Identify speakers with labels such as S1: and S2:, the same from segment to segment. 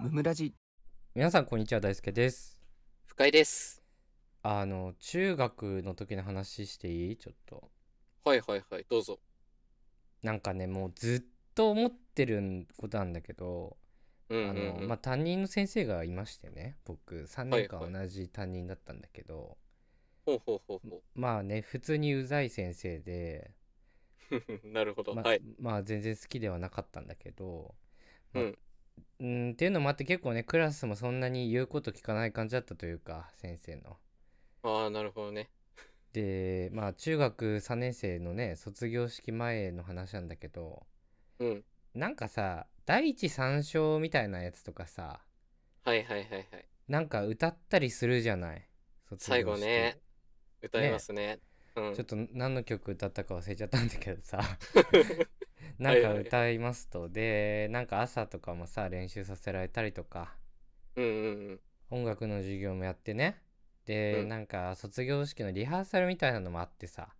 S1: ムムラジ
S2: 皆さんこんにちは大輔です
S3: 深井です。
S2: あの中学の時の話していいちょっと
S3: はいはいはい、どうぞ。
S2: なんかねもうずっと思ってることなんだけど、
S3: うんうん
S2: あ
S3: う
S2: の
S3: ん、
S2: まあ担任の先生がいましてね僕3年
S3: は
S2: 間
S3: い
S2: 同じ担任だったんだけど、
S3: ほうほうほうほ
S2: まあね普通にうざい先生で、
S3: う。 なるほど。
S2: ま
S3: はい。
S2: まあ全然好きではなかったんだけど、まあ
S3: うん
S2: うんっていうのもあって結構ねクラスもそんなに言うこと聞かない感じだったというか先生の。
S3: ああ、なるほどね。
S2: でまあ中学3年生のね卒業式前の話なんだけど
S3: うん。
S2: なんかさ第一三章みたいなやつとかさ
S3: はいはいはいはい。
S2: なんか歌ったりするじゃない卒
S3: 最後ね、歌いますね。うん
S2: ちょっと何の曲歌ったか忘れちゃったんだけど さなんか歌いますとでなんか朝とかもさ練習させられたりとか
S3: うんうん
S2: 音楽の授業もやってねで、
S3: うん
S2: なんか卒業式のリハーサルみたいなのもあってさ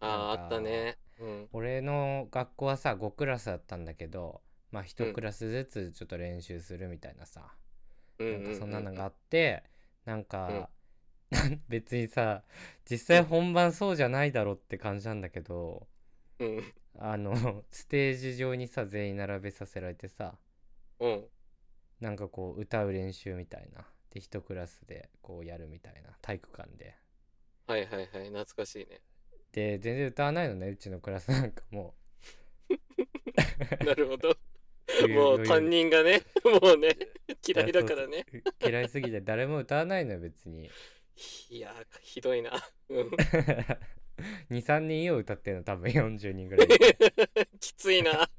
S3: あ
S2: なん
S3: あ、
S2: か
S3: あったね。うん。
S2: 俺の学校はさ5クラスだったんだけどまあ1クラスずつちょっと練習するみたいなさ、
S3: うん
S2: なんかそんなのがあ
S3: あ
S2: ってなんか、 別にさ実際本番そうじゃないだろって感じなんだけど
S3: うん。
S2: あのステージ上にさ全員並べさせられてさ
S3: うん。
S2: なんかこう歌う練習みたいなで1クラスでこうやるみたいな体育館で
S3: はいはいはい。懐かしい ね。
S2: で全然歌わないのねうちのクラスなんかも
S3: なるほど。
S2: う
S3: もう担任がね、 もうね、嫌いだ
S2: そう
S3: か
S2: そう
S3: らね。
S2: 嫌いすぎて誰も歌わないのよ別に
S3: いやー、ひどいな。 うん。
S2: 23人よ歌ってるの多分40人 ぐらい
S3: きついな。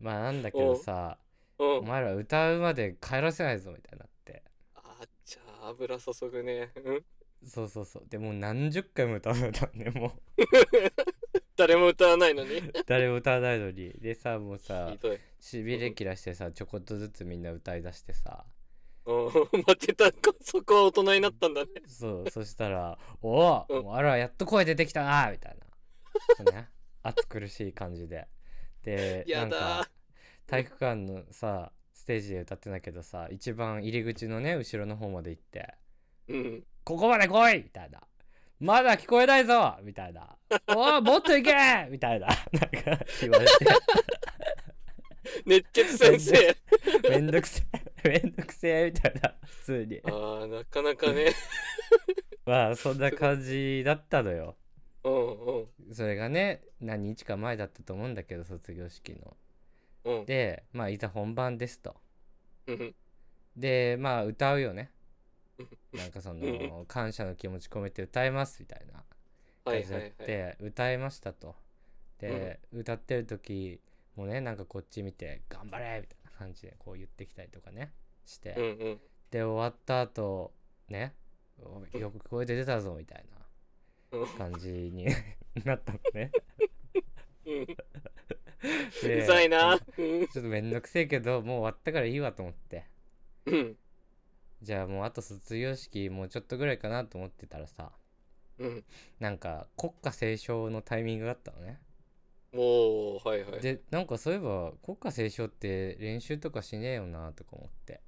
S2: まあなんだけどさ
S3: う
S2: お
S3: ん。
S2: 前ら歌うまで帰らせないぞみたいになって
S3: あーじゃあ、油注ぐね。うん。
S2: そうそうそうでもう何十回も歌われたんでも
S3: 誰も歌わないのに。
S2: う誰も歌わないのにでさもうさ
S3: ひどい。
S2: しびれ切らしてさちょこっとずつみんな歌いだしてさ
S3: うん、 待ってた、そこは大人になったんだね。
S2: そうそしたら 「お
S3: う
S2: お
S3: ん
S2: おあらやっと声出てきたな」みたいなちょっとね 暑苦しい感じでで
S3: やだー
S2: なんか体育館のさステージで歌ってんだけどさ一番入り口のね後ろの方まで行って
S3: うん。
S2: 「ここまで来い!」みたいな「まだ聞こえないぞ!」みたいな「おおもっと行け!」みたいな なんか言われて
S3: 熱血先生。
S2: めんどくせえめんどくせえみたいな普通に
S3: ああ、なかな かね。
S2: まあそんな感じだったのよ
S3: うんうん
S2: それがね何日か前だったと思うんだけど卒業式の。
S3: うん。
S2: でまあいざ本番ですと
S3: うん。
S2: でまあ歌うよ ね
S3: うん
S2: なんかそ
S3: うん
S2: の感謝の気持ち込めて歌いますみたいな
S3: はい
S2: 感じ
S3: は
S2: やっ
S3: いはい。
S2: て歌いましたとで歌ってる時もねなんかこっち見て「頑張れ!」みたいな感じでこう言ってきたりとかねして
S3: うんうん。
S2: で終わった後ねおいよく声出てたぞみたい
S3: うん
S2: な感じに なったのね
S3: うん
S2: で
S3: うざいな。うん
S2: ちょっとめんどくせえけどもう終わったからいいわと思って
S3: うん
S2: じゃあもうあと卒業式もうちょっとぐらいかなと思ってたらさ
S3: うん。
S2: なんか国歌斉唱のタイミングがあったのね
S3: もう、はいはい。
S2: でなんかそういえば国歌斉唱って練習とかしねえよなとか思って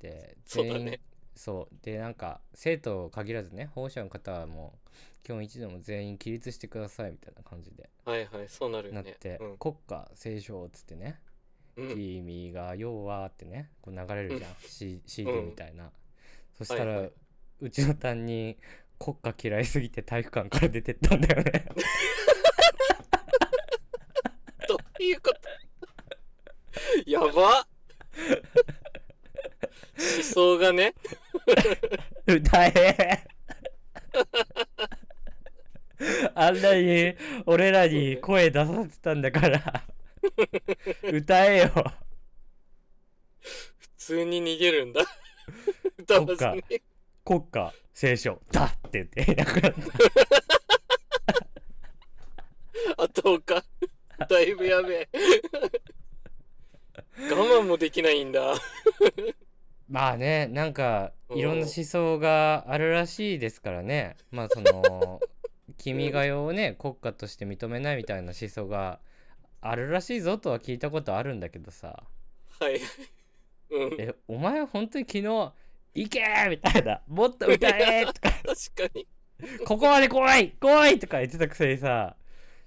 S2: で
S3: そう
S2: 全員
S3: だね
S2: そうでなんか生徒限らずね保護者の方はもう基本一度も全員起立してくださいみたいな感じで
S3: はいはい、そうなる
S2: なっ
S3: よね。
S2: て、
S3: うん
S2: 国歌斉唱っつってね
S3: うん
S2: 君が要はってねこう流れるじゃん、C、CD みたいな、そしたら、
S3: はいはいう
S2: ちの担任国歌嫌いすぎて体育館から出てったんだよね
S3: どういうこと やば 思想がね。
S2: 歌え あんなに俺らに声出させてたんだから 歌えよ
S3: 普通に逃げるんだ。歌わずに。
S2: 国歌斉唱だって言っていなくなった
S3: あとか。だいぶやべえ。我慢もできないんだ。
S2: まあねなんか
S3: うん
S2: いろんな思想があるらしいですからねまあそ の「君が代」をね国家として認めないみたいな思想があるらしいぞとは聞いたことあるんだけどさ
S3: はい。うん、確
S2: えお前本当に昨日行けーみたいなもっと歌えーとか
S3: かに。
S2: ここまで来い来いとか言ってたくせにさ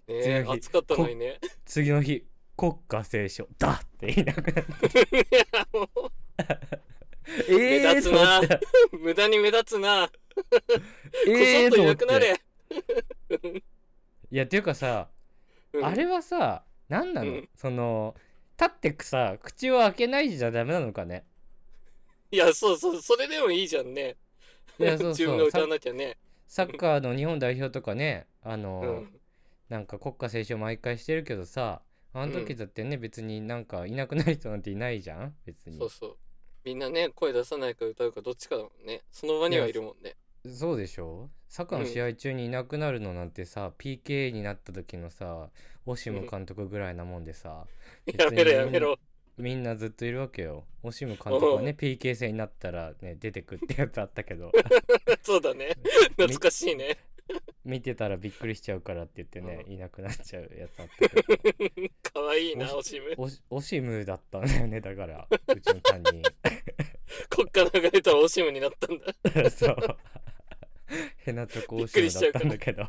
S3: ね
S2: 次の日
S3: 暑かったのにね。
S2: 次の日国歌斉唱だって言いなくなって
S3: いやも
S2: え
S3: 目
S2: ーと
S3: 立つ
S2: 思
S3: な
S2: って
S3: う無駄に目立つな。こそ
S2: えー
S3: っ
S2: と
S3: とい
S2: 思っ
S3: なくな
S2: て
S3: れ。
S2: いやっていうかさ
S3: うん
S2: あれはさ何なの、
S3: うん
S2: その立ってくさ口を開けないじゃダメなのかね
S3: いや、そうそう、それでもいいじゃんね。
S2: いやそうそう
S3: 自分で歌わなきゃね。
S2: サッカーの日本代表とかねあの、
S3: うん。
S2: なんか国歌斉唱毎回してるけどさあの時だってね、別になんかいなくなる人なんていないじゃん別に
S3: そうそう。みんなね、声出さないか歌うかどっちかだもんね。その場にはいるもんね。
S2: そうでしょサッカーの試合中にいなくなるのなんてさ、PK になった時のさオシム監督ぐらいなもんでさ、
S3: やめろやめろ。
S2: みんなずっといるわけよオシム監督はね PK 戦になったらね出てくってやつあったけど
S3: そうだね。懐かしいね。
S2: 見てたらびっくりしちゃうからって言ってね、
S3: うん
S2: いなくなっちゃうやつあったけ ど
S3: かわいいな、
S2: お
S3: オシム。
S2: オシオシムだったんだよねだからうちの担任
S3: 国家流れたらオシムになったんだ。
S2: そうヘナチョコオシムだったんだけど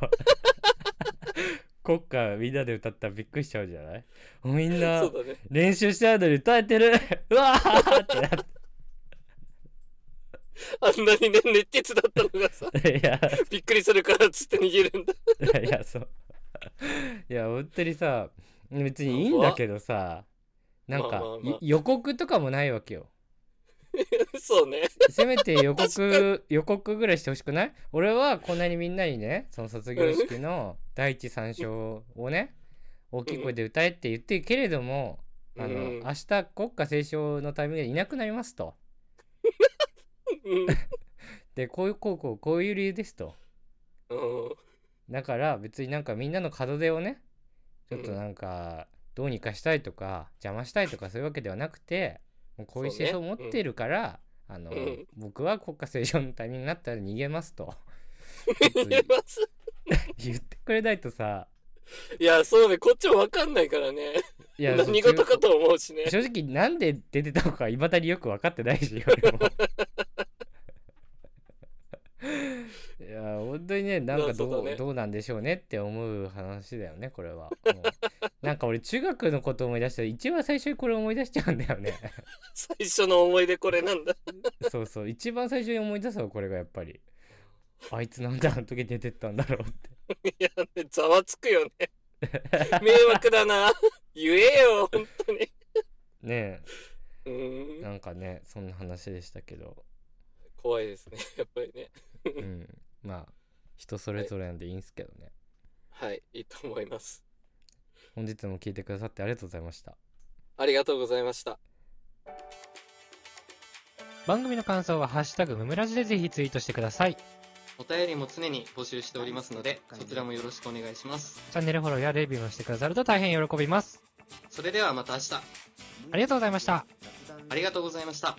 S2: 国歌みんなで歌ったらびっくりしちゃうじゃないみんな
S3: そうだね。
S2: 練習してないのに歌えてる うわーってなって
S3: あんなにね、熱血だったのが さ、
S2: いや
S3: びっくりするからっつって逃げるんだ。
S2: いやいやそういや本当にさ別にいいんだけどさなん
S3: ま
S2: か
S3: あまあまあ
S2: よ予告とかもないわけよ
S3: そうね。
S2: せめて予告予告ぐらいしてほしくない俺はこんなにみんなにねその卒業式の第一三章をね大きい声で歌えって言ってるけれどもあの
S3: うん
S2: 明日国歌斉唱のタイミングでいなくなりますと
S3: うん
S2: でこういうこうこうこういう理由ですと
S3: うん
S2: だから別になんかみんなの門出をねちょっと
S3: うん
S2: なんかどうにかしたいとか邪魔したいとかそういうわけではなくてもうこういう
S3: そうね
S2: 思想を持ってるから、あの、
S3: うん
S2: 僕は国家斉唱のタイミングになったら逃げますと
S3: 逃げます。
S2: 言ってくれないとさ
S3: いや、そうね、こっちもわかんないからね。
S2: いや
S3: 何事かと思うしね。
S2: 正直なんで出てたのかいまだによく分かってない し俺も いや本当にねなんかど
S3: まあそう
S2: う,、
S3: だね
S2: どうなんでしょうねって思う話だよねこれはもう なんか俺中学のこと思い出したら一番最初にこれ思い出しちゃうんだよね
S3: 最初の思い出これなんだ。
S2: そうそう一番最初に思い出すわこれがやっぱりあいつなんであの時出てったんだろうって
S3: いや、ね、ざわつくよね。 迷惑だな。言えよ、本当に。
S2: ねえ
S3: うーん。
S2: なんかねそんな話でしたけど
S3: 怖いですね、やっぱりね。
S2: うんまあ人それぞれなんでいいんすけどね
S3: はい、いいと思います。
S2: 本日も聞いてくださってありがとうございました
S3: ありがとうございました。
S2: 番組の感想は「ハッシュタグむむらじ」でぜひツイートしてくださいチ
S3: お便りも常に募集しておりますので、そちらもよろしくお願いします。
S2: ャンネルフォローやレビューもしてくださると大変喜びます
S3: それではまた明日、
S2: ありがとうございました
S3: ありがとうございました。